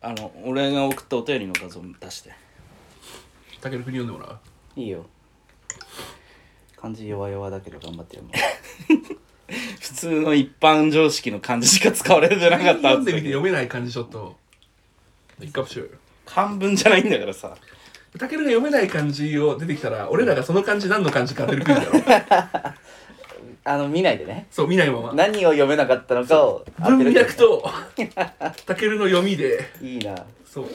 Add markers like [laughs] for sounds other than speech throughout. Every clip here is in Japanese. あの俺が送ったお便りの画像出してたけるくに読んでもらういいよ感じ弱々だけど頑張ってるもん普通の一般常識の漢字しか使われてなかった読はんずでだみてけど読めない感じちょっとピックアップしようよ漢文じゃないんだからさたけるが読めない漢字を出てきたら俺らがその漢字何の漢字か当てるクイズだろ [laughs] [laughs] あの見ないでねそう見ないまま何を読めなかったのかを当て文る脈とたけるの読みでいいなそう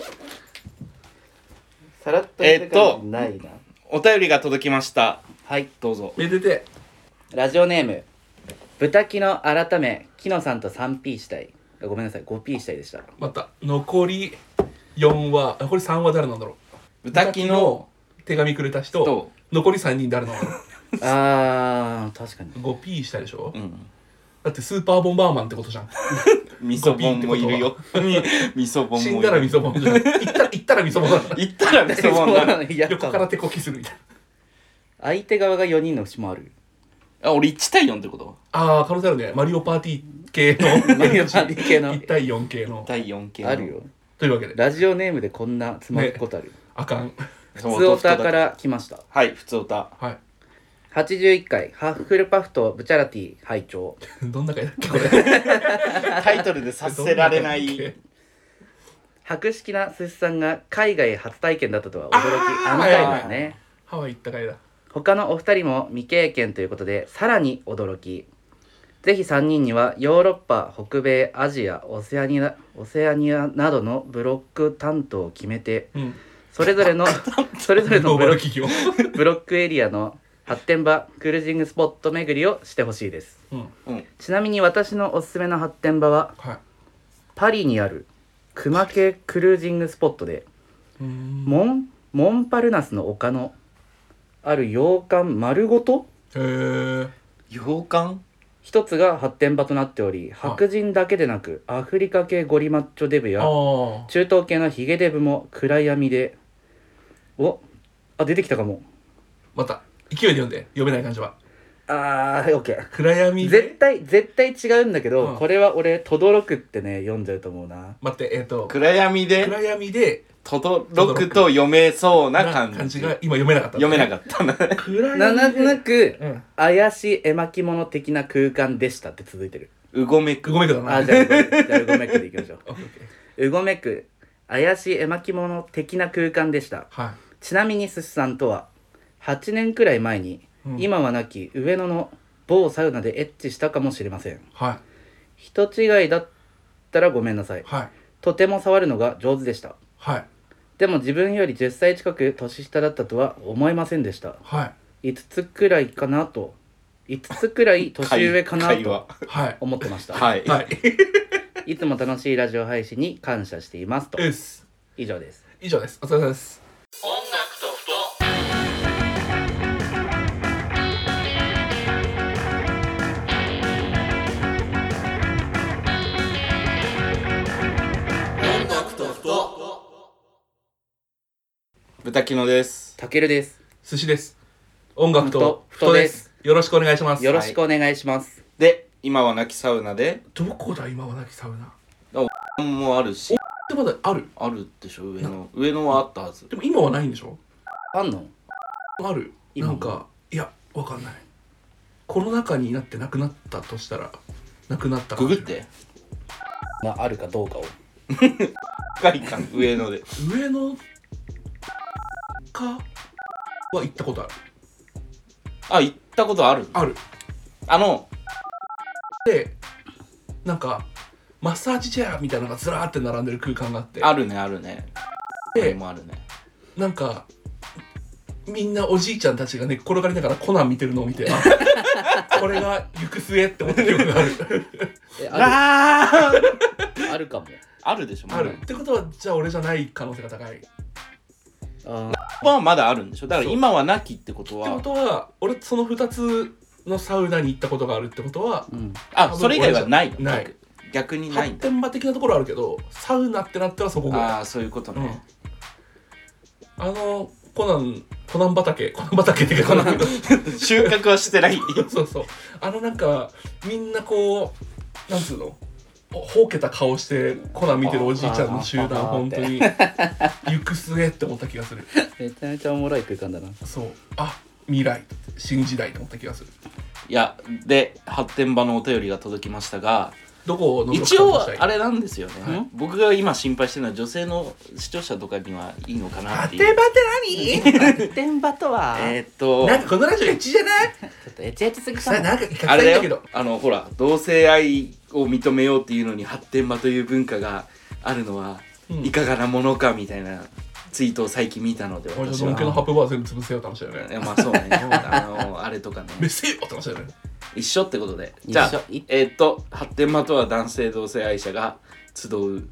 さらっとえーっと言た感じないな、お便りが届きましたはいどうぞめでてラジオネーム豚キノ改めキノさんと 3P したいあごめんなさい 5P したいでしたまた残り4話残り3話誰なんだろう豚キの手紙くれた人と残り3人誰なのあー確かに 5P したでしょ、うんだってスーパーボンバーマンってことじゃん味噌ボンもいるよ [laughs] 味噌ボンもいる死んだら味噌ボンじゃん行ったら行ったら味噌ボンだから行ったら味噌ボン [laughs] [laughs] そうだななの嫌横かからも手こきするみたいな相手側が4人の節もあるあ俺1対4ってことああ可能性あるねマリオパーティー系のマリオパーティー系の1対4系の対4系のあるよというわけでラジオネームでこんなつまくことある、あかん普そう通ドオタフトだかけら来ましたはい普通オタはい [laughs] 81回ハッフルパフとブチャラティ拝聴どんな回だっけこれタイトルでさせられない [laughs] どん回だっけ博識なすしさんが海外初体験だったとは驚きあーあの回ですねハワイ行った回だ他のお二人も未経験ということでさらに驚きぜひ3人にはヨーロッパ北米アジアオセアニアオセアニアなどのブロック担当を決めてうんそれぞれのそれぞれグロのーブバロルック企業ブロックエリアの発展場クルージングスポット巡りをしてほしいですうんうんちなみに私のおすすめの発展場ははいパリにある熊系クルージングスポットでうーんモンモンパルナスの丘のある洋館丸ごとへえ洋館一つが発展場となっており白人だけでなくアフリカ系ゴリマッチョデブあやあ中東系のヒゲデブも暗闇でおあ出てきたかもまた勢いで読んで読めない感じはあーオッケー暗闇で [laughs] 絶対絶対違うんだけど、うんこれは俺「とどろく」ってね読んじゃうと思う [laughs] な待ってえっ、と暗闇で暗闇で届くと読めそうな感じ感じが今読めなかった読めなかったな暗闇でななんとなくうん怪しい絵巻物的な空間でしたって続いてるうごめくごめんくだなあじゃあうごめじゃあうごめくでいき [laughs] ましょオッケーオッケーううごめく怪しい絵巻物的な空間でしたはいちなみにすしさんとは8年くらい前に、うん今はなき上野の某サウナでエッチしたかもしれませんは人違いだったらごめんなさいいはいとても触るのが上手でしたはいでも自分より10歳近く年下だったとは思いませんでしたはい5つくらいかなと5つくらい年上かな会と話はい思ってました、はいはいい、つも楽しいラジオ配信に感謝していますとうっす以上です以上ですお疲れ様です豚キノですたけるです寿司です音楽とふと太でですすよろしくお願いしますよろしくお願いします、で今はなきサウナでどこだ今はなきサウナっもあるしてまだあるあるでしょ上野上野はあったはずでも今はないんでしょあんのある今なもんかいやわかんないコロナ禍になってなくなったとしたらなくなったかグもグっしれないてがあるかどうかを深い感上野で上野かは行ったことあるあ行ったことあるあるあのでなんかマッサージチェアみたいなのがずらーって並んでる空間があってあるねあるねでこれもあるねなんかみんなおじいちゃんたちがね転がりながらコナン見てるのを見てあ [laughs] これが行く末って思った記憶があるえああーるあるかもあるでしょまだあるってことはじゃあ俺じゃない可能性が高いってあはまだあるんでしょだから今はなきってことはことは俺その2つのサウナに行ったことがあるってことはーうんあそれ以外はないのない逆逆にない発んだ展場的なところはあるけどサウナってなったらそこがああそういうことうんねあのコナンコナン畑コナン畑っていうかコナン収穫はしてないそうそうあのなんかみんなこうなんつうのほうけた顔してコナン見てるおじいちゃんの集団あああ本当 [laughs] に行く末って思った気がするめちゃめちゃおもろい空間だなそうあ未来新時代って思った気がするいやで発展場のお便りが届きましたがどこを一応あれれなんですよね、はい僕が今心配してるのは女性の視聴者とかにはいいのかなっていうて何天場とはえーっとなんかこのラジオエッチじゃないちょっとエチエチすぎさなんか隠あされれだたけどよあのほら同性愛を認めようっていうのに発展場という文化があるのはうんいかがなものかみたいなツイートを最近見たので俺の私ドンケのはハプバー全部潰せよって話だよいねやまあ [laughs] そうねあのあれとかねめせよって話だよね一緒ってことで一緒じゃあいえーっと発展場とは男性同性愛者が集う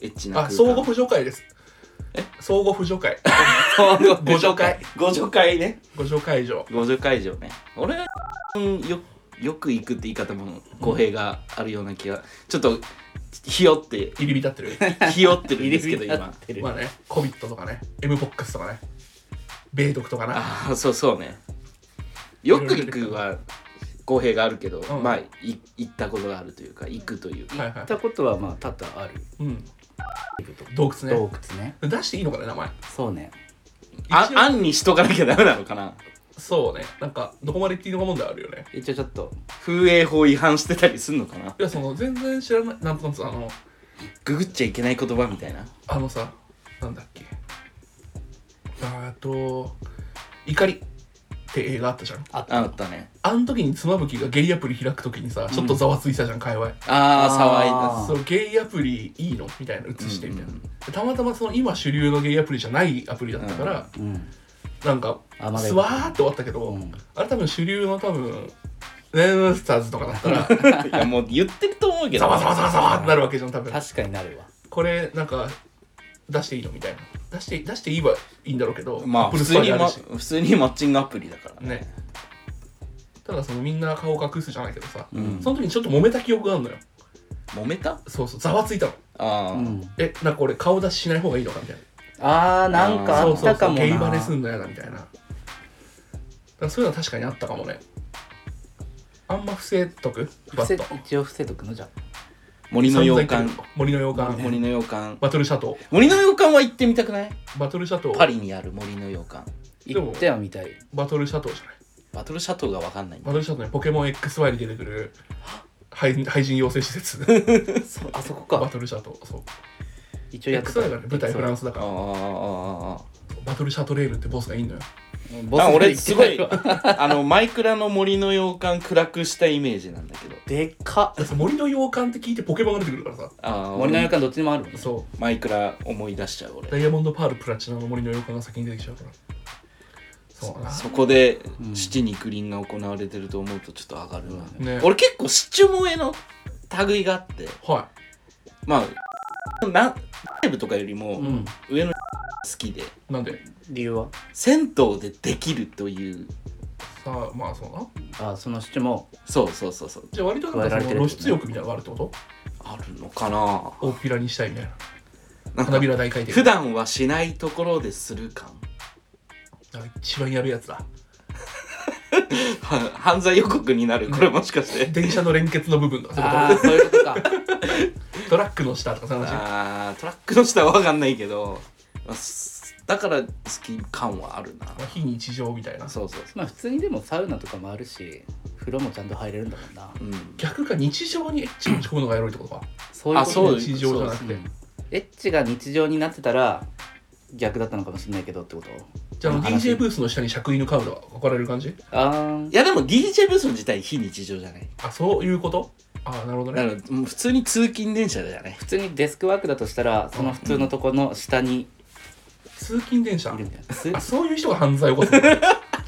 エッチな空あ間相 [laughs] 互扶助会です相互扶助 [laughs] 会ご互助会ご助会ねご助会場ご助会場ね俺うんよよく行くって言い方も語弊があるような気がちょっとひよって入り浸ってるひよってるん [laughs] ですけど今まあねコビットとかね m ボックスとかね米毒とかなああそうそうねよく行くは語弊があるけど、うんまあい行ったことがあるというか行くというはい行はったことはまあ多々あるい、うん、洞窟ね洞窟ね出していいのかね名前そうねあ一応案にしとかなきゃダメなのかなそうねなんかどこまで行っていいのか問題あるよね一応ちょっと風営法違反してたりすんのかないやその全然知らないなんとなくあのググっちゃいけない言葉みたいなあのさなんだっけあーと「怒り」って映画あったじゃんあっああったねあの時に妻夫木がゲイアプリ開く時にさちょっとざわついてたじゃん界隈ああーあそうゲイアプリいいのみたいな映騒いしてだみたいな、うんたまたまその今主流のゲイアプリじゃないアプリだったから、うんなんかあまだスワーって終わったけど、うんあれ多分主流の多分レムスターズとかだった [laughs] ら [laughs] うんいやもう言ってると思うけどざわざわざわざわってなるわけじゃん多分確かになるわこれなんか出していいのみたいな出して出していいはいいんだろうけどまあ普 Apple 通に、 Store ま、あるし普通にマッチングアプリだからねねただそのみんな顔隠すじゃないけどさ、うんその時にちょっと揉めた記憶があるのよ揉めたそうそうざわついたのああ、うんえなんか俺顔出ししない方がいいのかみたいなあーなんかそあうっそうたそかうもゲイバレなすんのやだみたいなだからそういうのは確かにあったかもねあんま伏せとくバ伏せッと一応伏せとくのじゃ森の洋館森の洋館森の洋館バトルシャト森の洋館は行ってみたくないーバトルシャトーパリにある森の洋館でも行ってはみたいバトルシャトーじゃないバトルシャトルが分かんないんだバトルシャトーねポケモン XY に出てくる廃廃人養成施設そうあそこバかトルシャトーそう一応やってた XY がね舞台フランスだあかああらああバトルシャトレールってボスがいいのよボスあが俺行っすてなごいいわ [laughs] あのマイクラの森の洋館暗くしたイメージなんだけど [laughs] でっかだって森の洋館って聞いてポケモンが出てくるからさああ森の洋館どっちにもあるもんねそマイクラ思い出しちゃううダ俺イヤモンドパールプラチナの森の洋館が先に出てきちゃうからそうなそこでうん七肉林が行われてると思うとちょっと上がるな、ね俺結構七萌えの類があってはまあなライブとかよりもうん上の好きでいなんで理由は銭湯でできるというさあまあそうなあその主張もそうそうそうそうじゃあ割となんかその露出欲みたいなのがあるってことあるのかな大っぴらにしたいみたいななん花かびら大回転普段はしないところでする感 [laughs] あ一番やるやつだは犯罪予告になるこれもしかして電車の連結の部分だそういうこああそういうことかと [laughs] トラックの下とかそういう話あートラックの下は分かんないけどまあすだから好き感はあるなまあ非日常みたいなそうそうそまあ普通にでもサウナとかもあるし風呂もちゃんと入れるんだもんなう、うん、逆か日常にエッチ持ち込むのがエロいってことかそういうあこそとうね日常じゃなくそうてですねエッチが日常になってたら逆だったのかもしれないけどってことじゃああの話 DJ ブースの下に尺犬カウルが置かれる感じあーいやでも DJ ブース自体非日常じゃないあそういうことああなるほどだねからもう普通に通勤電車じゃない普通にデスクワークだとしたらその普通のとこの下に通勤電車いるんだよ、すあそういう人が犯罪を起こすの [laughs] はい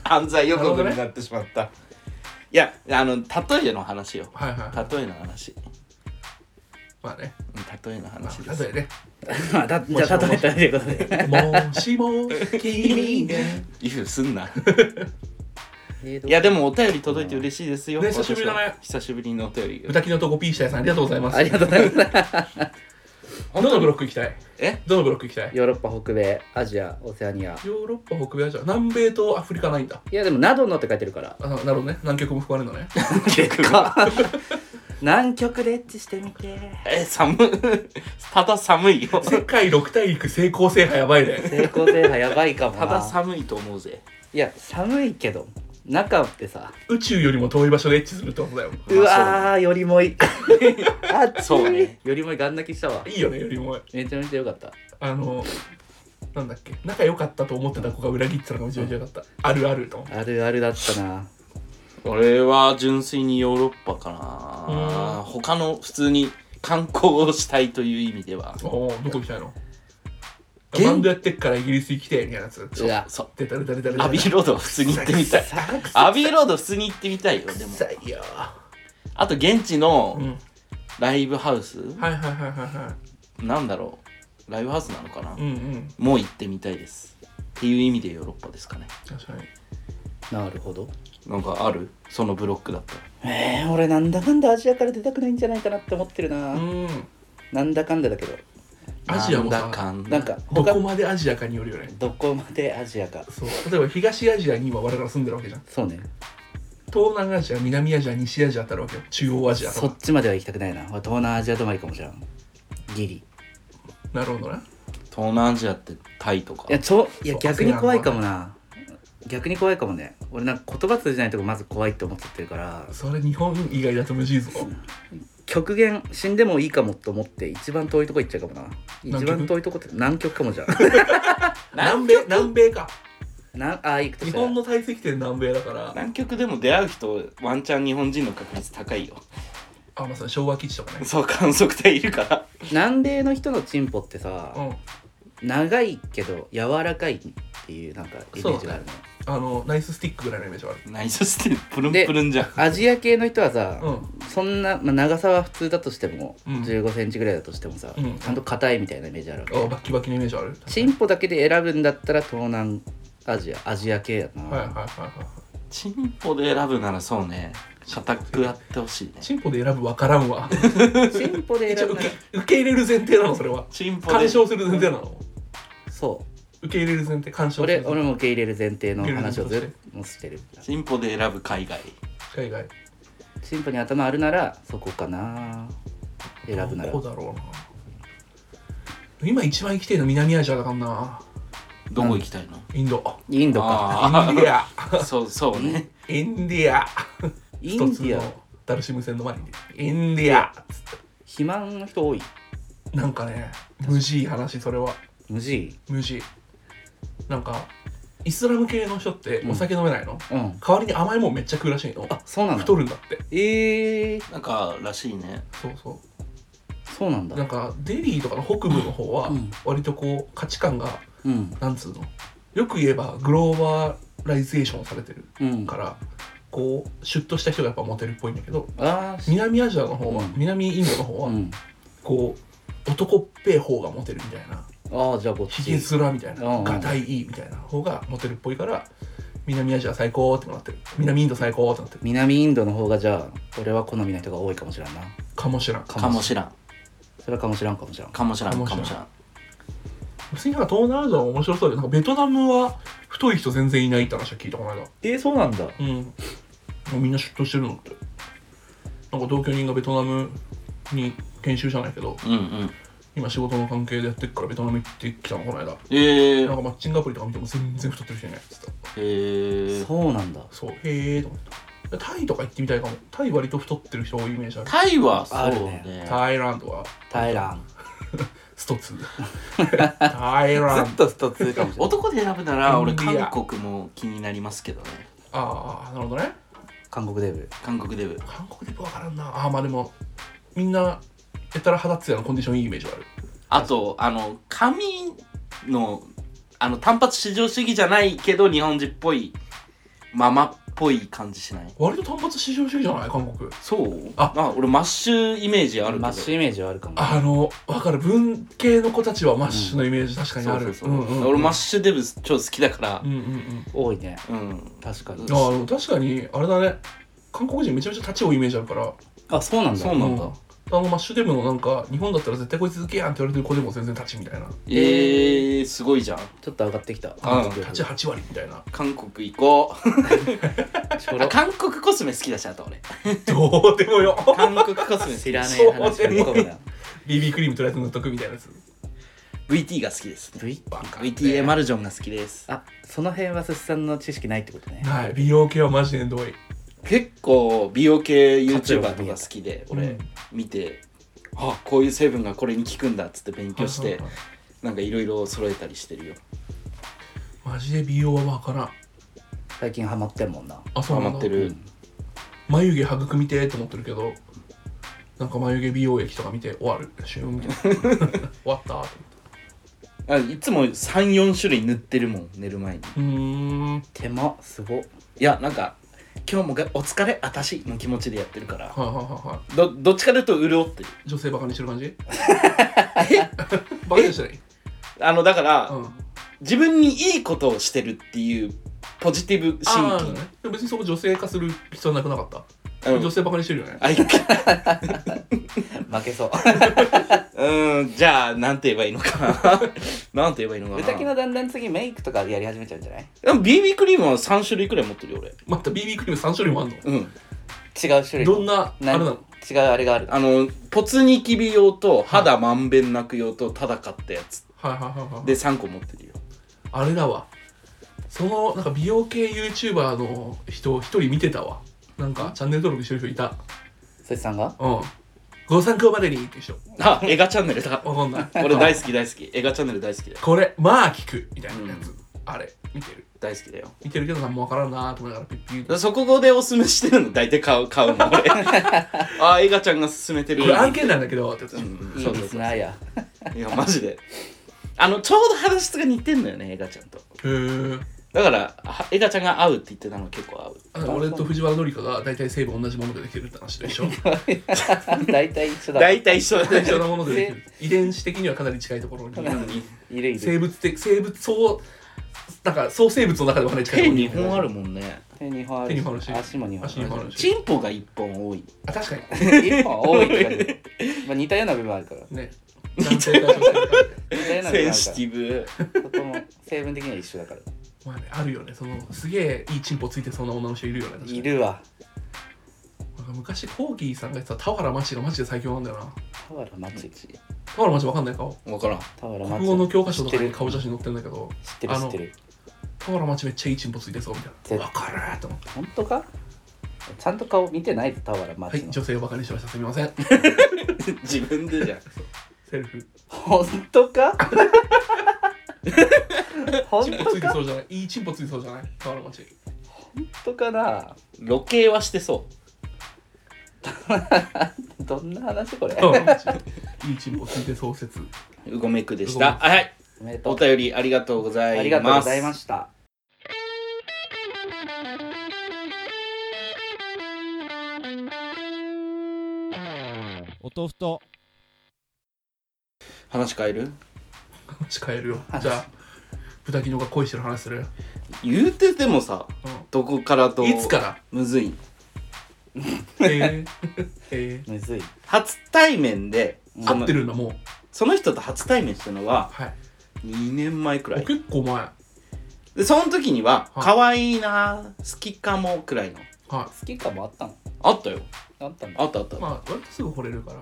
犯罪予告なるほどねになってしまった、いやあの例えの話よはいはい例えの話うんまあね例えのま話であす例えね [laughs] まあだじゃあ例えたらということでもしも君がイフすん [laughs] なえーといやでもお便り届いて嬉しいですよね久しぶりだね私は久しぶりのお便り歌きのとこピーしたやさんありがとうございますありがとうございますどのブロック行きたいえ [laughs] どのブロック行きたいヨーロッパ北米アジアオセアニアヨーロッパ北米アジア南米とアフリカないんだいやでもなどのって書いてるからあなるほどね南極も含まれるのね結果南極でエッチしてみてえ寒い [laughs] ただ寒 [laughs] いよ世界6大陸成功制覇やばいね成功制覇やばいかもなただ寒いと思うぜいや寒いけど中ってさ宇宙よりも遠い場所でエッチするってことだようわーよりもい [laughs] あっちいそうねよりもいガン泣きしたわいいよねよりもめちゃめちゃよかったあのなんだっけ仲良かったと思ってた子が裏切ってたのがめちゃめちゃよかったあるあるとあるあるだったな俺は純粋にヨーロッパかなうん他の普通に観光をしたいという意味ではおおどこ行きたいの現バンドやってっからイギリス行きてみたいなやつうわそうでだれだれだれアビーロードは普通に行ってみたいアビーロード普通に行ってみたいよでも臭いよあと現地のうんライブハウス、はいはいはいはいはなんだろうライブハウスなのかな、いうんうんもう行ってみたいですっていう意味でヨーロッパですかね確かになるほどなんかあるそのブロックだったらえー、俺なんだかんだアジアから出たくないんじゃないかなって思ってるな、うんなんだかんだだけどアジアもなんだかさんだなんかど他こまでアジアかによるよねどこまでアジアかそう例えば東アジアに今我々が住んでるわけじゃんそうね東南アジア南アジア西アジアってあるわけよ中央アジアとかそっちまでは行きたくないな俺東南アジア止まりかもしれんギリなるほどな東南アジアってタイとかいやちょいやそう逆に怖いかもな逆に怖いかもね俺なんか言葉通じないとこまず怖いって思っちゃってるからそれ日本以外だと無事ぞ極限死んでもいいかもと思って一番遠いとこ行っちゃうかもな一南極番遠いとこって南極かもじゃん [laughs] 南米南米かなんあ行くと日したら本の体積って南米だから南極でも出会う人ワンチャン日本人の確率高いよ [laughs] あまあそれ昭和基地とかねそう観測隊いるから南米の人のチンポってさ、うん長いけど柔らかいっていうなんかイメージがあるねあのナイススティックぐらいのイメージはあるナイスしてプルンプルンじゃんアジア系の人はさ、うんそんな、まあ、長さは普通だとしても、うん1 5ンチぐらいだとしてもさ、うんちゃんと硬いみたいなイメージあるわけあバッキバキのイメージはあるチンポだけで選ぶんだったら東南アジアアジア系やな、はいはいはいはいチンポで選ぶならそうね固くやってほしいねチンポで選ぶ分からんわチンポで一応選ぶな受らけ [laughs] 受け入れる前提なのそれはチンポで干渉する前提なのそ受け入れる前提干う渉す俺る俺も受け入れる前提の話を受けず入れるっとして [laughs] るチンポで選ぶ海外海外チンポに頭あるならそこかな選ぶならどこだろうな今一番生きてるの南アジアだからなどこ行きたいのインドインドかあインディアそうそうねインディアインディ一つアのダルシム線の前にインディア肥満の人多いなんかね無事いい話それは無事無事なんかイスラム系の人ってお酒飲めないの、うん代わりに甘いもんめっちゃ食うらしいのあそうなんだ太るんだってええー、なんからしいねそうそそうなんだうなんかデリーとかの北部の方はうん割とこう価値観がうんなんつうのよく言えばグローバライゼーションされてるうんからこうシュッとした人がやっぱモテるっぽいんだけどああ南アジアの方は、うん南インドの方は、うんこう男っぺい方がモテるみたいなああじゃあこっひげちづらみたいなうんうんがたいいいみたいな方がモテるっぽいから南アジア最高ってなってる南インド最高ってなってる南インドの方がじゃあ俺は好みな人が多いかもしれんなかもしらんかもしらんそれはかもしらんかもしらんかもしらんかもしからんもしらん別になんか東南アジアは面白そうでなんかベトナムは太い人全然いないって話は聞いたこの間えー、そうなんだうんもうみんな出頭してるのってなんか同居人がベトナムに研修じゃないけどうんうん今仕事の関係でやってっからベトナム行ってきたのこの間えなんーかマッチングアプリとか見ても全然太ってる人いないっつってたえーそうなんだそうへえと思ったタイとか行ってみたいかもタイ割と太ってる人多いイメージあるタイはそうあるねタイランドはタイランストツ [laughs] タイランドとスト2かもしない男で選ぶなら俺インディ韓ア国も気になりますけどねああなるほどね韓国デビュー韓国デブ韓国で分からんなあーまあでもみんなやたら肌ツヤのコンディションいいイメージはあるあとあの髪のあの単発至上主義じゃないけど日本人っぽいママっぽい感じしない割と単発至上主義じゃない韓国そうああ俺マッシュイメージあるけどマッシュイメージはあるかもあの分かる文系の子たちはマッシュのイメージ確かにあるそうそうそう、うんうんうん俺マッシュデブ超好きだからうんうんうん多いねうん確かにあーでも確かにあれだね韓国人めちゃめちゃ立ち多いイメージあるからあそうなんだそうなんだ、うんあのマッシュデブのなんか日本だったら絶対こいつ好きやんって言われてる子でも全然立ちみたいなえー、すごいじゃんちょっと上がってきたあ韓立国ち8割みたいな韓国行こう [laughs] ちょあろ韓国コスメ好きだしあと俺どうでもよ [laughs] [laughs] 韓国コスメ知好らねえ話ぶっ込むな BB クリームとりあえず塗っとくみたいなやつき VT が好きですブイバカ VT エマルジョンが好きですあその辺はすしさんの知識ないってことねはい美容系はマジで遠い結構美容系 YouTuber とか好きでう俺ん見てあこういう成分がこれに効くんだっつって勉強してなんかいろいろ揃えたりしてるよマジで美容は分からん最近ハマってんもんなあそうハなんマだってる眉毛育みてーと思ってるけどなんか眉毛美容液とか見て終わるシューンみたいな [laughs] 終わったーと思ってあいつも34種類塗ってるもん寝る前にうーん手間すごっいやなんか今日もがお疲れあたしの気持ちでやってるからはいはいはいはどどっちかというと潤ってるい女性バカにしてる [laughs] 感じバカにしてないあのだから、うん自分にいいことをしてるっていうポジティブシンあキングーでも別にそこ女性化する必要なくなかったうん女性バカにしてるよねあいいか負けそうう [laughs] ーんじゃあなんて言えばいいのかなな [laughs] んて言えばいいのか歌木なのだんだん次メイクとかやり始めちゃうんじゃないでも BB クリームは3種類くらい持ってるよ俺また BB クリーム3種類もあんのうん違う種類どんなあれななの違うあれがあるあのポツニキビ用と肌まんべんなく用とただ買ったやつはいはいはいはいで3個持ってるよあれだわそのなんか美容系 YouTuber の人一人見てたわなんかチャンネル登録してる人いたすしさんがうんご参考までにっていう人あ映画チャンネル [laughs] だわかんない [laughs] 俺大好き大好き映画チャンネル大好きだよこれまあ聞くみたいなやつ、あれ見てる大好きだよ見てるけど何もわからんなーと思いながらピッピッだからそこ語でおすすめしてるの大体買う買うの [laughs] 俺あ映画ちゃんが勧めてるこれ案件なんだけどってやつうんいそそいううリそスうナーや [laughs] いやマジであのちょうど肌質が似てんのよねエガちゃんとへーだからはエガちゃんが合うって言ってたの結構合うあ俺と藤原紀香が大体成分同じものでできてるって話と一緒大体一緒だ大体一緒だ一ね緒なものでできる遺伝子的にはかなり近いところにいるい生る物的生物そうなんか総生物の中でもかなり近い手ところ2本あるもんね手に本あ手るにもあるし足も2本ある足にもあるしチンポが1本多いあ確かに1本多いって感じまあ似たような部分あるから [laughs] ね。男性か女性か似たような部分セあンるシかティブらそこも成分的には一緒だからまあね、あるよね。そのすげえいいチンポついてそうな女の人いるよね。確かにい。るわなんか昔コーギーさんが言ってた田原町がマジで最強なんだよな。田原町田原町わかんない顔。分からん田原町国語の教科書と知かってにる顔写真載ってるんだけど、知ってるあ知のってる田原町めっちゃいいチンポついてそうみたい絶な。わかるーと思って。本当かちゃんと顔見てないぞ田原は町い、の、女性をバカにしました。すみま [laughs] せん。自分でじゃんセルフ。本 [laughs] 当かチ本ン当ポついてかそうじゃない。いいチンポついてそうじゃない。田原町。本当かなロケはしてそどんな話これ田原町。いいチンポついてそう説。ううごめくでしうごためはいおめでとおう便りありがとうございますありがとうございましたお豆腐と話変える話変えるよ。じゃあ、豚キノが恋してる話する。言うててもさうどこからとん。いつからむずい [laughs] えー、えむずい初対面でうんー、そ合のってるんだ、もう。その人と初対面したのははい。 2年前くらいお結構前。はでその時にははい可愛いな好きかもくらいのい。好きかもあったのあったよあったのあったあったまあ割とすぐ惚れるから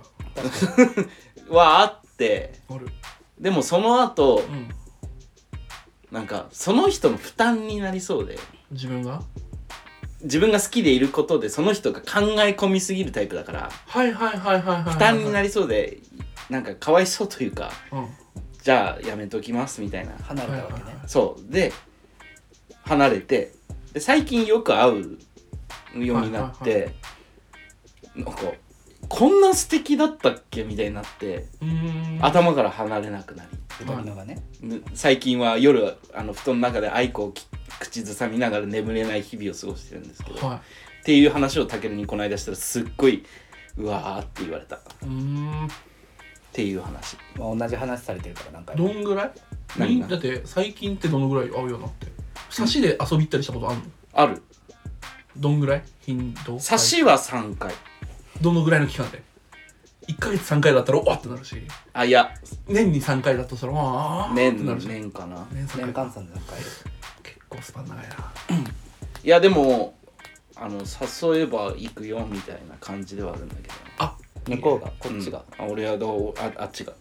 はあってあるでもその後うんなんかその人の負担になりそうで自分が自分が好きでいることでその人が考え込みすぎるタイプだからはいはいはいはいはいはい負担になりりそうでなんかかわいそうというかうんはいじゃあやめときますみたいな離れはいたはわいけねそうで離れてで最近よく会うようになっはいてなんかこんな素敵だったっけみたいになってうーん頭から離れなくな二人のがねりぬ最近は夜あの布団の中で愛子をき口ずさみながら眠れない日々を過ごしてるんですけどっはていう話をたけるにこの間したらすっごいうわーって言われたっいうーんていう話まあ同じ話されてるから何回どもんぐらい何がだって最近ってどのぐらい会うようになって差しで遊び行ったりしたことあるのあるどんぐらい頻度差しは3回どのぐらいの期間で1ヶ月3回だったらおわってなるしあいや年に3回だとしたらわあーって年なるし年かな年3年回換算で何回結構スパン長いないやでもあの誘えば行くよみたいな感じではあるんだけどあ向こうがこっちが、うんあ俺はどうああっちが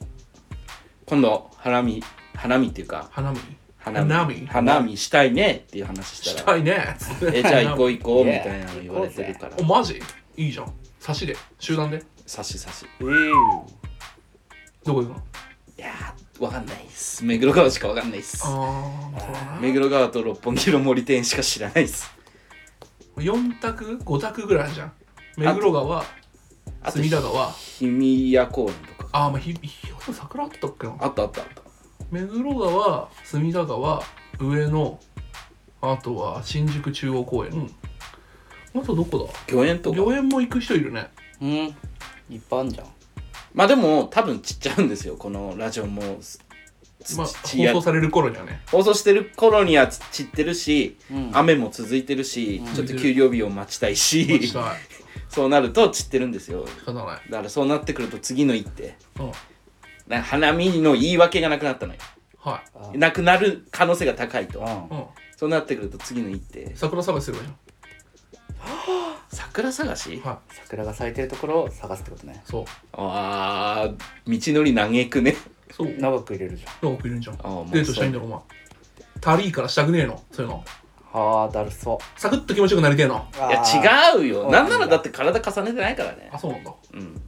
今度花見花見っていうか花見花見花見花見したいねっていう話ししたらたいねつって [laughs] えじゃあ行こう行こうみねたいなの言われてるからおマジいいじゃん差しで集団で差し差しどこ行くのいやーわかんないっす目黒川しかわかんないっすああそう目黒川と六本木の森店しか知らないっすだな4択5択ぐらいあるじゃん目黒川あと隅田川あ日比谷公園とかあーまあひひよ桜あったっけなあったあったあった目黒川隅田川上野あとは新宿中央公園あとどこ御苑だとか御苑も行く人いるねうんいっぱいあんじゃんまあでも多分ちっちゃうんですよこのラジオもすつまあちや放送される頃にはね放送してる頃には散ってるし、うん雨も続いてるし、うんちょっと給料日を待ち [laughs] たい落しち、たいそうなると散ってるんですよ仕方ないだからそうなってくると次の一手うんな花見の言い訳がなくなったのよはあなくなる可能性が高いというんうそうなってくると次の一手ん桜探しすればいいじ桜探しゃんは桜が咲いてるところを探すってことねいそうあー道のり嘆くねそうなんか長く入れるじゃんいるんじゃんあーもうデートしたいんだろお前タリーからしたくねえのそういうのはあだるそサクッと気持ちよくなりてえのういいや違うよそうななんんだならだって体重ねてないからねあそうなんだうん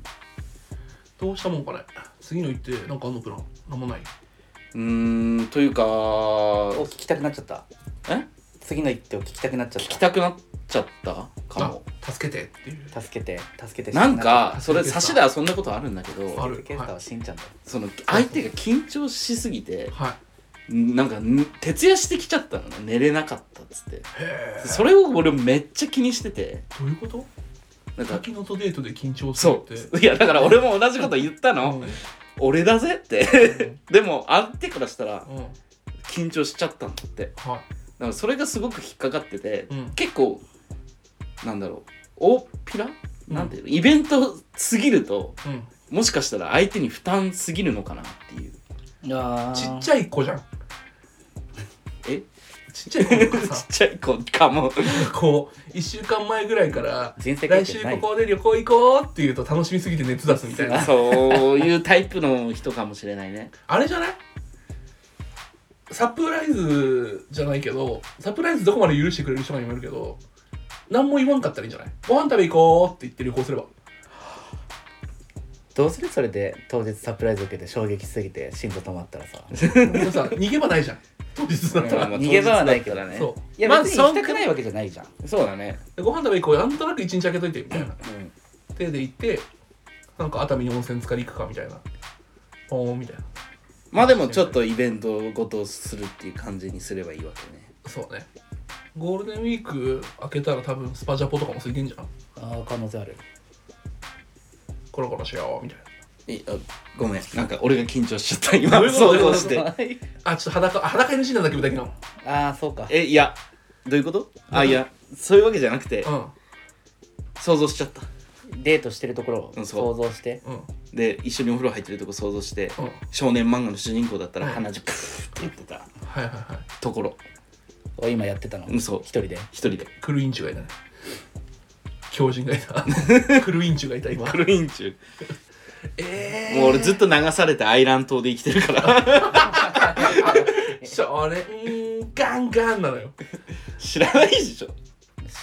どうしたもんかね次の行ってなんかあんのプランなんもないうーんというかを聞きたくなっちゃったえ次の一手を聞きたくなっちゃ聞きったくなっちゃったかあも助けてっていうた助けて助けてなんかあそれ差しで遊んだことあるんだけあどる助けたはしんちゃんだよその相手が緊張しすぎてはいなんかぬ徹夜してきちゃったのね寝れなかったっつってへえそれを俺めっちゃ気にしててどういうことなんか先のとデートで緊張すそるってういやだから俺も同じこと言ったうんのうん俺だぜって [laughs] でも相手からしたら [laughs] うん緊張しちゃったんだってはだからそれがすごく引っかかってて、うん結構なんだろう大っぴら、うんなんていうのイベントすぎるというんもしかしたら相手に負担すぎるのかなっていうあちっゃちゃい子じゃんえちっちゃい子とかちっさちゃい子かもこう1週間前ぐらいから人生来経週験なこいこで旅行行こうって言うと楽しみすぎて熱出すみたい [laughs] なそういうタイプの人かもしれないねあれじゃないサプライズじゃないけどサプライズどこまで許してくれる人かにもよるけど何も言わんかったらいいんじゃないご飯食べ行こうって言って旅行 [laughs] すればどうするそれで当日サプライズ受けて衝撃しすぎて心臓止まったら [laughs] さでもさ逃げ場ないじゃん当日だったら、まあ逃げ場はないけど当日だったらねそいやまあ別に行きたくないわけじゃないじゃんそうだねうでご飯食べ行こうなんとなく一日空けといてみたいなうん手で行ってなんか熱海に温泉浸かり行くかみたいなポーンみたいなまあでもちょっとイベントごとするっていう感じにすればいいわけねそうねゴールデンウィーク開けたら多分スパジャポとかも空いてんじゃんああ可能性あるコロコロしようみたいえあごめんなんか俺が緊張しちゃった今どういうこと想像してなあちょっと裸あ裸 NG なんだけどだけなの [laughs] ああそうかえいやどういうことあいやそういうわけじゃなくてう想像しちゃったデートしてるところうをんそう想像してんうんで一緒にお風呂入ってるとこ想像して、うん少年漫画の主人公だったらうん鼻血クーって言ってたはいはいはいところを今やってたのうんそう一人で一人でクルインチュがいたね狂人がい [laughs] たクルインチュがいた今クルイン [laughs] 中えもう俺ずっと流されてアイラン島で生きてるから [laughs] えそれうーんガンガンなのよ知らないでしょ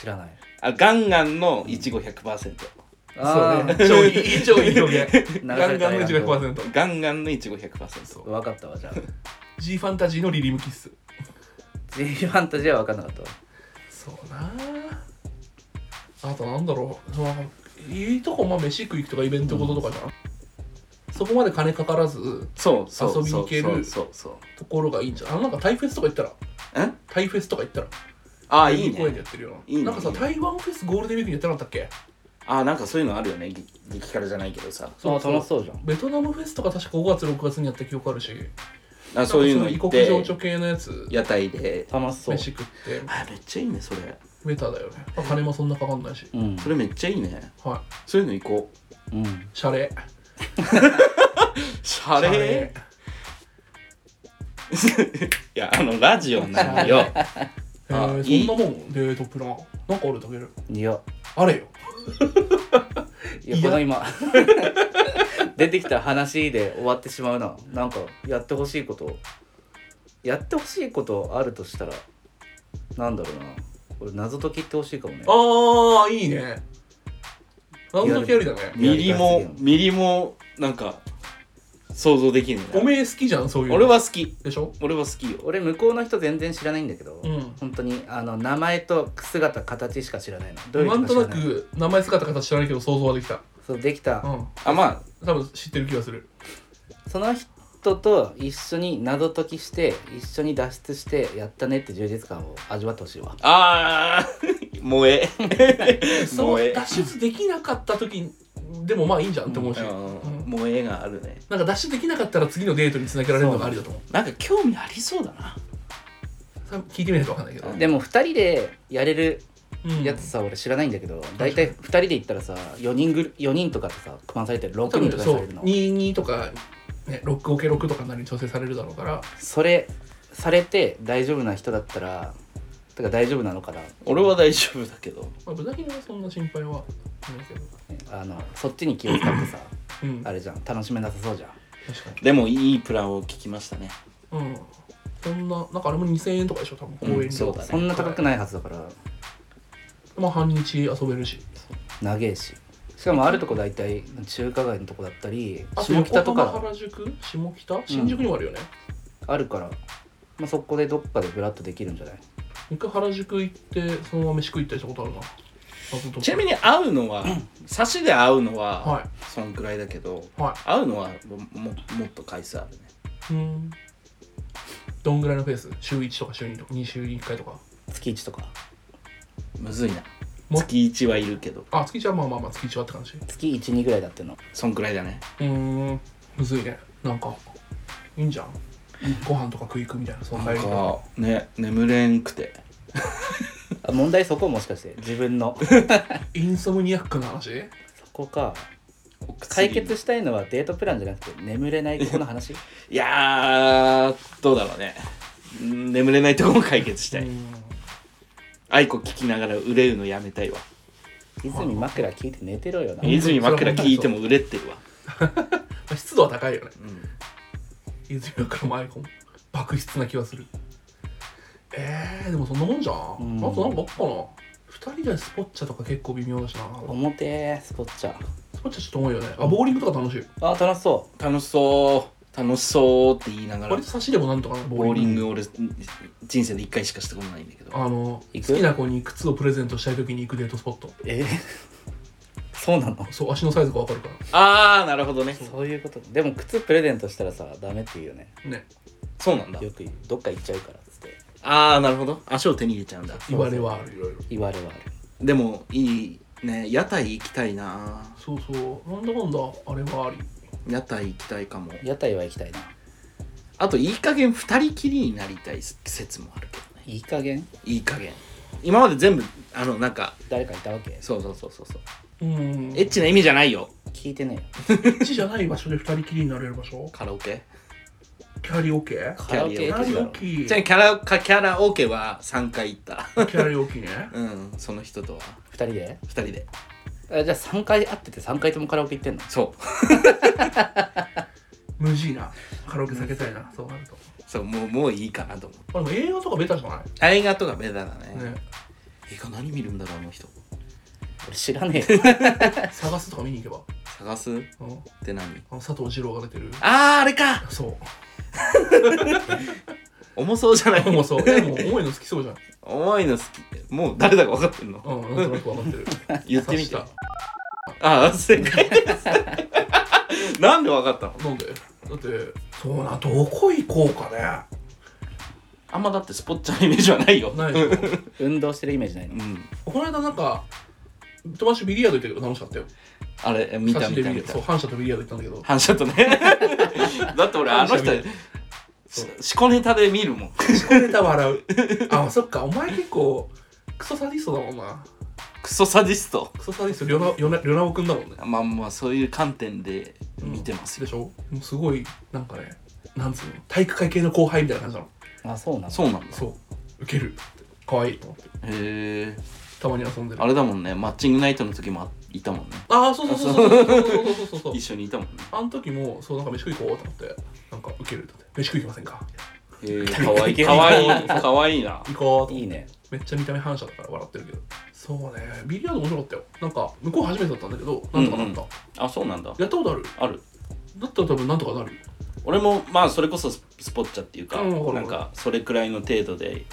知らないあガンガンのいちご100%そうね超いい超いい表現流されたガンガンのアイランド100%ガンガンのいちご100%分かったわじゃあ G ファンタジーのリリムキッス G ファンタジーは分かんなかったわそうなああとなんだろう、まあ、いいとこまあ飯食い行くとかイベントごととかじゃん、そこまで金かからずそうそうそう遊びに行けるそうそうところがいいんじゃんあなんかタイフェスとか行ったらそうんタイフェスとか行ったらああいい公園でねやってるよないいねなんかさいいね台湾フェスゴールデンウィークにやってなかったっけあなんかそういうのあるよね激激辛じゃないけどさあー楽しそうじゃんベトナムフェスとか確か5月6月にやった記憶あるしあそういうのなん行かっその異国情て緒系のやつ屋台で楽しそう飯食ってあめっちゃいいねそれベタだよね、まあ金もそんなかかんないしうんそれめっちゃいいねはそういうの行こうんいシャレシャレーいやあのラジオなのよえあーいいそんなもんデートプランなんかあるだけでいやあれよいやいやこの今 [laughs] 出てきた話で終わってしまうななんかやってほしいことやってほしいことあるとしたらなんだろうな俺謎解きってほしいかもねああいいね謎解きやりだねミリもミリもなんか想像できんねおめえ好きじゃんそういうの俺は好きでしょ俺は好きよ俺向こうの人全然知らないんだけど、うん本当にあの名前と姿形しか知らないのどういうな人んとか知らないく名前使った形知らないけど想像はできたそうできた、うんあま多分知ってる気がするその人と一緒に謎解きして一緒に脱出してやったねって充実感を味わってほしいわああー [laughs] 萌えそ萌うえ脱出できなかった時でもまあいいんじゃんって思うし、うんうん萌えがあるねなんか脱出できなかったら次のデートにつなげられるのがありだと思うなんか興味ありそうだなそれ聞いてみないとわかんないけど、でも2人でやれるうんやつさ、俺知らないんだけど大体2人で行ったらさ4人ぐる4人とかってさ組まされて6多分人とそかにさうれるのそ22とか、ね、6オケ6とかなりに調整されるだろうかられされて大丈夫な人だったらてか大丈夫なのかな俺は大丈夫だけどまあ、ぶだけにはそんな心配はないけど。あのそっちに気を使ってさうん、あれじゃん楽しめなさそうじゃん確かでもいいプランを聞きましたねに。うん。そんな、なんかあれも2000円とかでしょ、多分公園うんそうだねそんな高くい。ないはずだからまあ、半日遊べるし。長えししかもあるとこ大体中華街のとこだったりあと下北と横浜か原宿下北新宿にもあるよね。あるから、まあ、そこでどっかでブラッとできるんじゃない一回原宿行って、そのまま飯食い行ったりしたことあるな。ちなみに。に会うのは差しで会うのははそんくらいだけどい。は会うのはもももっと回数あるねい。うん。どんぐらいのペース週1とか週2とか2週1回とか。月1とかむずいなも月1はいるけどあ、月1はまあまあまあ月1はって感じ。月12ぐらいだって [laughs] のそんくらいだねうーん。むずいね。なんか、いいんじゃん。ご飯とか食い行くみたいな、そんななんやり方かね眠れんくてあ問題そこもしかして自 [laughs] 分のインソムニアックな話そこか解決したいのはデートプランじゃなくて眠れないとこの話いやーどうだろうねうん眠れないとこも解決したい愛子聞きながら売れるのやめたいわ泉枕聞いて寝てろよなうん泉枕聞いても売れってるわ、まあ湿度は高いよねうん泉だからマイコン爆質な気はするえー、でもそんなもんじゃん、うんあとなんかあっかな2人でスポッチャとか結構微妙だしな表スポッチャスポッチャちょっと重いよねあボーリングとか楽しいあ楽しそ楽しそう楽しそうって言いながら割と差しでもなんとかなボボーーリリングング俺人生で1回しかしたことないんだけどあの好行くきな子に靴をプレゼントしたい時に行くデートスポットうえそうなのそう足のサイズが分かるかああなるほどねそうそういうことでも靴プレゼントしたらさダメって言うよねらねなんだよく言うどっか行っちゃうからっつってああなるほど足を手に入れちゃうんだ言われはあるいろいろ言われはあるでもいいね屋台行きたいなそうそうなんだかんだあれはあり屋台行きたいかも屋台は行きたいなあといい加減2人きりになりたい説もあるけどねいい加減いい加減今まで全部あのなんか誰かいたわけそうそうそうそうそううんエッチな意味じゃないよ聞いてねえよっちじゃない場所で2人きりになれる場所カラオケキャリオケカラオケキ行ャけリるだオろケじゃあキャラカキャラオケは3回行ったキャリオケねうんその人とは2人で2人であじゃあ3回会ってて3回ともカラオケ行ってんのそう無事なカラオケ避けたいなそうなるとそうもうもういいかなと思うあでも映画とかベタじゃない映画とかベタだねね映画何見るんだろうあの人俺知らねえよ探すとか見に行け探すっば、うん、て何あの佐藤二郎が出てるあーあれかそう重そうじゃないでもそうでも重いの好きそうじゃん重いの好きもう誰だか分かってんのうんなんとなく分かってる [laughs] 言ってみて刺ああ正解ですなんで分かったのしたなんでだってそうなどこ行こうかねあんまだってスポッチャーのイメージはないよないでしょ [laughs] 運動してるイメージないのうんこの間なんか友達とビリヤード行ったけど楽しかったよあれ見た差し見でたビリ見ヤードたそう反射とビリヤード行ったんだけど反射 [laughs] とねだって俺あの人反射見ししこネタで見るもんこれた笑うあそっかお前結構クソサディストだもんなクソサディストクソサディストりょなりょなりょなおくんだもんねまあまあそういう観点で見てますでよ、しょもうすごいなんかねなんつうの体育会系の後輩みたいな感じなのあそうなのそうなんだそうウケるかわいいと思ってへえたまに遊んでるあれだもんねマッチングナイトの時もいたもんねああそうそうそうそうそうそうそうそうそう一緒にいたもんねあの時もそうなんか飯食い行こうと思ってなんかウケると思って飯食い行きませんかへえ [laughs] かわいいかわいいかわいいな行こうと思っていいねめっちゃ見た目反射だから笑ってるけどそうねビリヤード面白かったよなんか向こう初めてだったんだけどなんとかなった、うんあそうなんだやったことあるあるだったら多分なんとかなるよ俺もまあそれこそススポッチャっていうか、うんわかるなんかそれくらいの程度で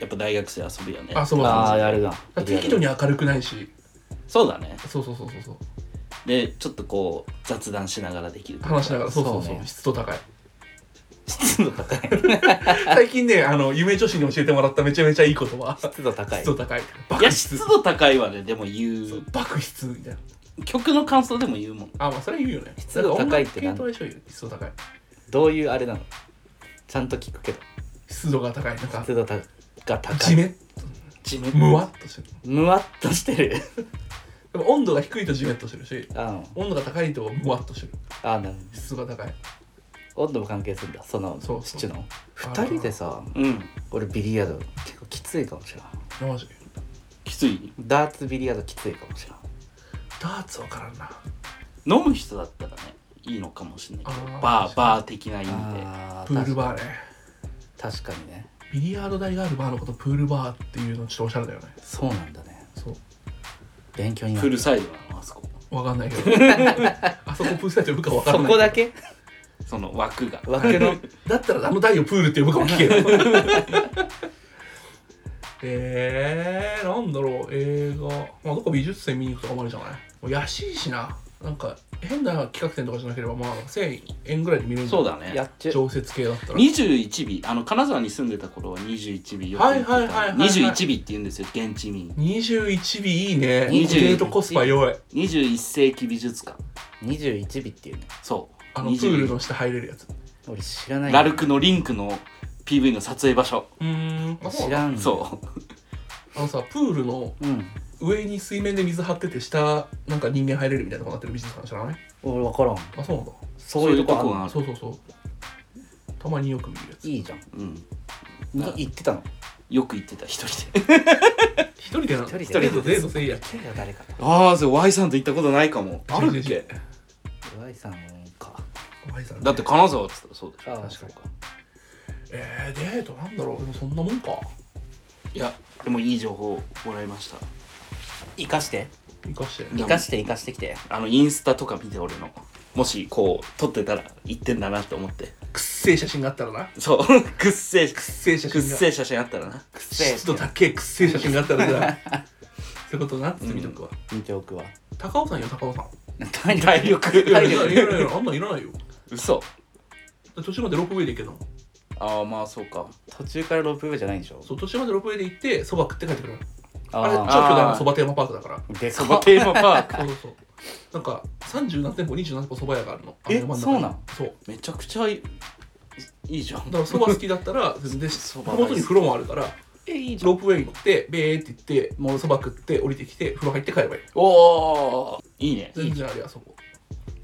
やっぱ大学生遊ぶよねあそうそうあそあうやるなだから [laughs] 適度に明るくないしそうだねそうそうそうそうそうでちょっとこう雑談しながらできる話しながらそうそうそそううね湿度高い質の高い [laughs] 最近ねあの夢女子に教えてもらっためちゃめちゃいい言葉湿度高い湿度高いいや爆湿湿度高いはねでも言そうう爆湿みたいな曲の感想でも言うもんあまあそれは言うよね湿度高いってななんんか音楽系と相性いい湿度高いどういうあれなのちゃんと聞くけど湿度が高いなんか湿度たが高地い面地面むわっとしてるむわっとしてる [laughs] でも温度が低いとジメッとしてるしあの温度が高いとむわっとしてるあなる質が高いほど温度も関係するんだそのそうそう父の2人でさうん俺ビリヤード結構きついかもしれないマジきついダーツビリヤードきついかもしれないダーツわからんな飲む人だったらねいいのかもしれないけどあーバーバー的な意味であプールーバーね確かにねビリヤード台があるバーのことプールバーっていうのちょっとおしゃれだよねそうなんだねそう勉強になフルるサイドなのあそこわかんないけど [laughs] あそこプールサイド呼ぶかわかそんないこだけその枠が枠の [laughs] だったらあの台をプールって呼ぶかも聞けない [laughs] えー、なんだろう映画まあどっか美術展見に行くとかもあるじゃないもう安いしななんか変な企画展とかじゃなければまあ1000円ぐらいで見れるんじゃそなういだねやっちゅう常設系だったら21尾あの金沢に住んでた頃は21尾よく行ってたはいはいはいはいはい21尾って言うんですよ現地民21尾いいねデ21ートコスパ弱い21世紀美術館21尾っていうねそうあのプ21ールの下入れるやつ俺知らないラルクのリンクの PV の撮影場所、うーんあそうな知んだらんよそうあのさプールのうん上に水面で水張ってて下なんか人間入れるみたいなとこになってる美術館知らない俺分からんあそうなんだそういうとこあんのあるそうそうそうたまによく見るやついいじゃんうん、に行ってたのよく行ってた一人で一人でなの一人で一人でデートせいや行ってよ誰かとああそれ Y さんと行ったことないかもあるでしょ Y さんかワイさんねだって金沢って言ったらそうでしょああ確かそうにかえー、デートなんだろうでもそんなもんかいやでもいい情報もらいました生かして生かして生かして生かしてきてあのインスタとか見て俺のもしこう撮ってたら行ってんだなって思ってくっせえ写真があったらなそう [laughs] くっせえくくっせえ写っ真がせえ写真あったらなくっせえ湿度だけくっせえ写真があったらさそういうことなって見とくわ、見てお [laughs] くわ高尾さんよ高尾さん何体力いやいやいやいやいやあんなんいらないよ嘘途中までロープウェイで行けたのああまあそうか [laughs] 途中からロープウェイじゃないんでしょそう途中までロープウェイで行ってそば食って帰ってくるああれ超ー巨大なそばテーマパークだからでそかばっテーマパークそうそうそうなんか30何店舗20何店舗そば屋があるのあのえ山の中にそうなんそうめちゃくちゃいいいいじゃんだからそば好きだったらで [laughs] そそば大ば好き元に風呂もあるからえいいじゃんロープウェイ行ってベーって行ってもうそば食って降りてきて風呂入って帰ればいいおおいいね全然あるよあそこ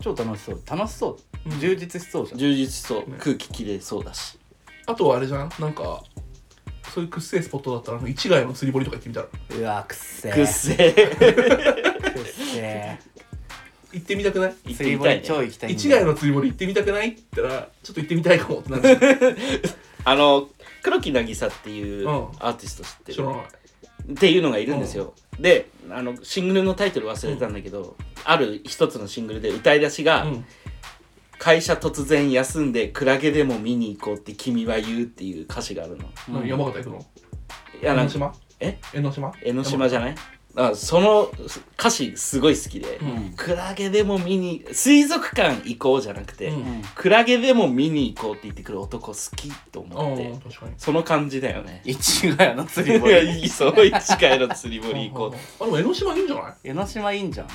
超楽しそう楽しそううん充実しそうじゃん充実しそうね空気きれいそうだしあとはあれじゃんなんかそういうくっせえスポットだったらあの市街の釣り堀とか行ってみたらうわくっせくっーせえくっせ行ってみたくないー行っ釣てりみたい堀ね超行きたいんだ市街の釣り堀行ってみたくないって言ったらちょっと行ってみたいかもってなるじゃんあの黒木渚っていううんアーティスト知って知るらないっていうのがいるんですよ、であのシングルのタイトル忘れたんだけど、ある一つのシングルで歌い出しが、うん会社突然休んでクラゲでも見に行こうって君は言う」っていう歌詞があるの。何、山形行くのいやなん江ノか島え江ノ島江ノ島じゃないあその歌詞すごい好きで、うんクラゲでも見に水族館行こうじゃなくて、ううんんクラゲでも見に行こうって言ってくる男好きとあ思って、あ確かにその感じだよね。市ヶ谷の釣り [laughs] いや堀いいそう市街の釣り堀行 [laughs] こあでも江ノ島いいんじゃない江ノ島いいんじゃん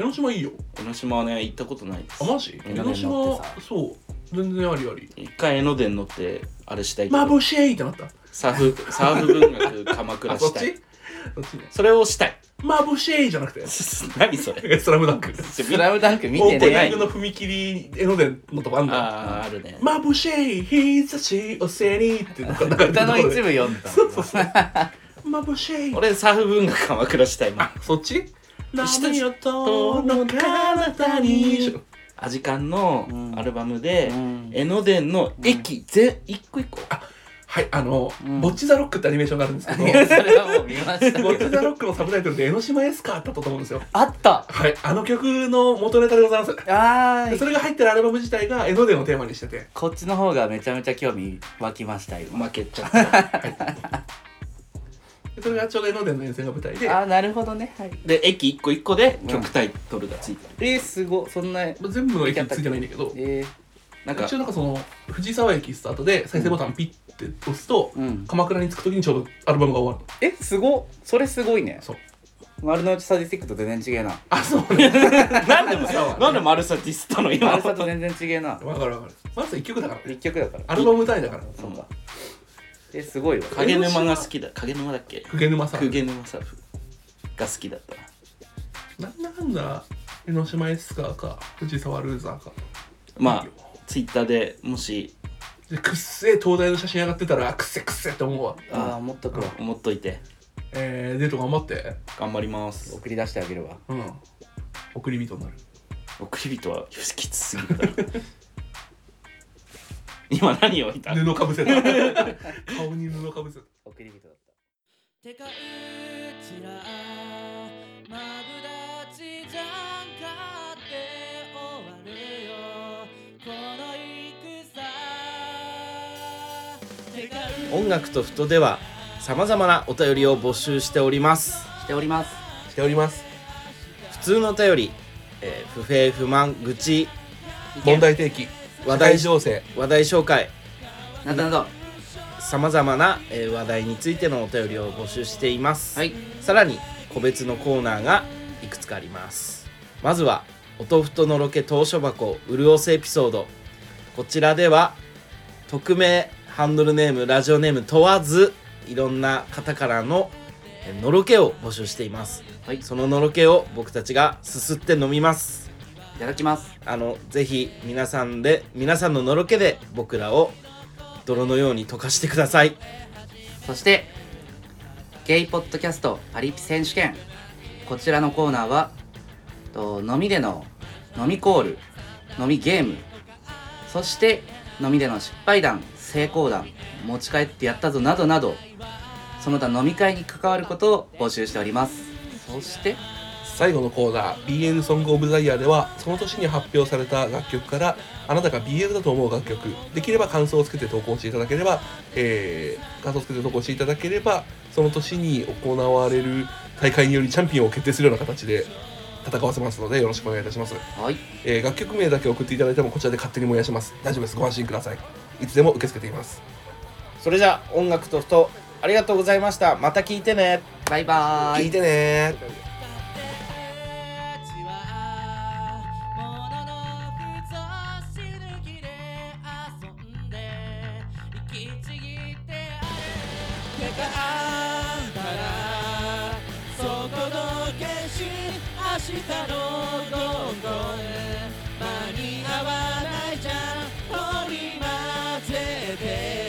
江ノ島いいよう江ノ島はね行ったことないですあマジうん江ノ乗って島さそう全然ありあり一回江ノ電乗ってあれしたいけど、眩しいってなったサーフサーフ文学鎌あ倉そっしたちいそっちねそれをしたい [laughs] 眩しいじゃなくて [laughs] 何それスラムダンクスラムダンク見オてープなニンいグ。の踏切江ノ電のとこあんのあああるね眩しい日差しを背にってなんか流れてる歌の一部とこ読んだ。そうそうそう [laughs] 眩しい俺サフ文学は暮らしたいもんあそっち下地何をとの彼方にアジカンのアルバムでうん江ノ電の駅全一個一個はいあのうん「ボッチ・ザ・ロック」ってアニメーションがあるんですけどいやそれはもう見ましたけボッチ・ど。ザ・ロックのサブタイトルで江ノ島エスカーだったと思うんですよあった。はい [laughs] あの曲の元ネタでございますあでーそれが入ってるアルバム自体が江ノ電をテーマにしててこっちの方がめちゃめちゃ興味湧きました今。負けちゃ [laughs] ったでそれがちょうど江ノ電の沿線が舞台であーなるほどね。はい。で駅一個一個で曲タイトルがついてるえー、すごいそんなえ全部の駅についてないんだけどー、なんか一応なんかその藤沢駅スタートで再生ボタンピッて押すと、うん。鎌倉に着く時にちょうどアルバムが終わるえすごっそれすごいね。そう丸の内サディスティックと全然違えな。あそう [laughs] ね [laughs] なんでもそうなんでマルサディスタの今マルサと全然違えな。わかるわかるまず一曲だからね一曲だから。アルバム単位だからそうか。えすごいわ。影沼が好きだ影沼だっけ久沼さんクゲ沼サフが好きだったななんだかんだ江ノ島エスカーか藤沢ルーザーかまあツイッターでもしでくっせえ東大の写真上がってたらくっせくっせって思うわああ持っとくわ。思っといてえー、デート頑張って頑張ります送り出してあげるわ。うん送り人になる送り人はきつすぎるだろ [laughs] 今何を言った布かぶせた顔に布かぶせた送り人だった。てかうちらマブダチじゃんかって終わるよこの戦てかう音楽と人ではさまざまなお便りを募集しておりますしております。しております普通のお便り、えー不平不満愚痴問題提起話話題題情勢話題紹介などなど。さまざまな、えー話題についてのお便りを募集しています、はいさらに個別のコーナーがいくつかありますまずは「お豆腐とのろけ投書箱潤すエピソード」こちらでは匿名ハンドルネームラジオネーム問わずいろんな方からのえーのろけを募集しています、はいそののろけを僕たちがすすって飲みますいただきます。あのぜひ皆さんで皆さんののろけで僕らを泥のように溶かしてくださいそしてゲイポッドキャストパリピ選手権こちらのコーナーはと飲みでの飲みコール飲みゲームそして飲みでの失敗談成功談持ち帰ってやったぞなどなどその他飲み会に関わることを募集しておりますそして最後のコーナー BL ソングオブザイヤーではその年に発表された楽曲からあなたが BL だと思う楽曲できれば感想をつけて投稿していただければ、えー感想をつけて投稿していただければその年に行われる大会によりチャンピオンを決定するような形で戦わせますのでよろしくお願いいたします、はいえー楽曲名だけ送っていただいてもこちらで勝手に燃やします大丈夫ですご安心くださいいつでも受け付けていますそれじゃあ音楽と人ありがとうございましたまた聞いてねバイバーイ聞いてねだってちはもののふと死ぬ気で遊んで生きちぎってあるてかあんたらそこの決心明日の午後へ間に合わないじゃん取り混ぜて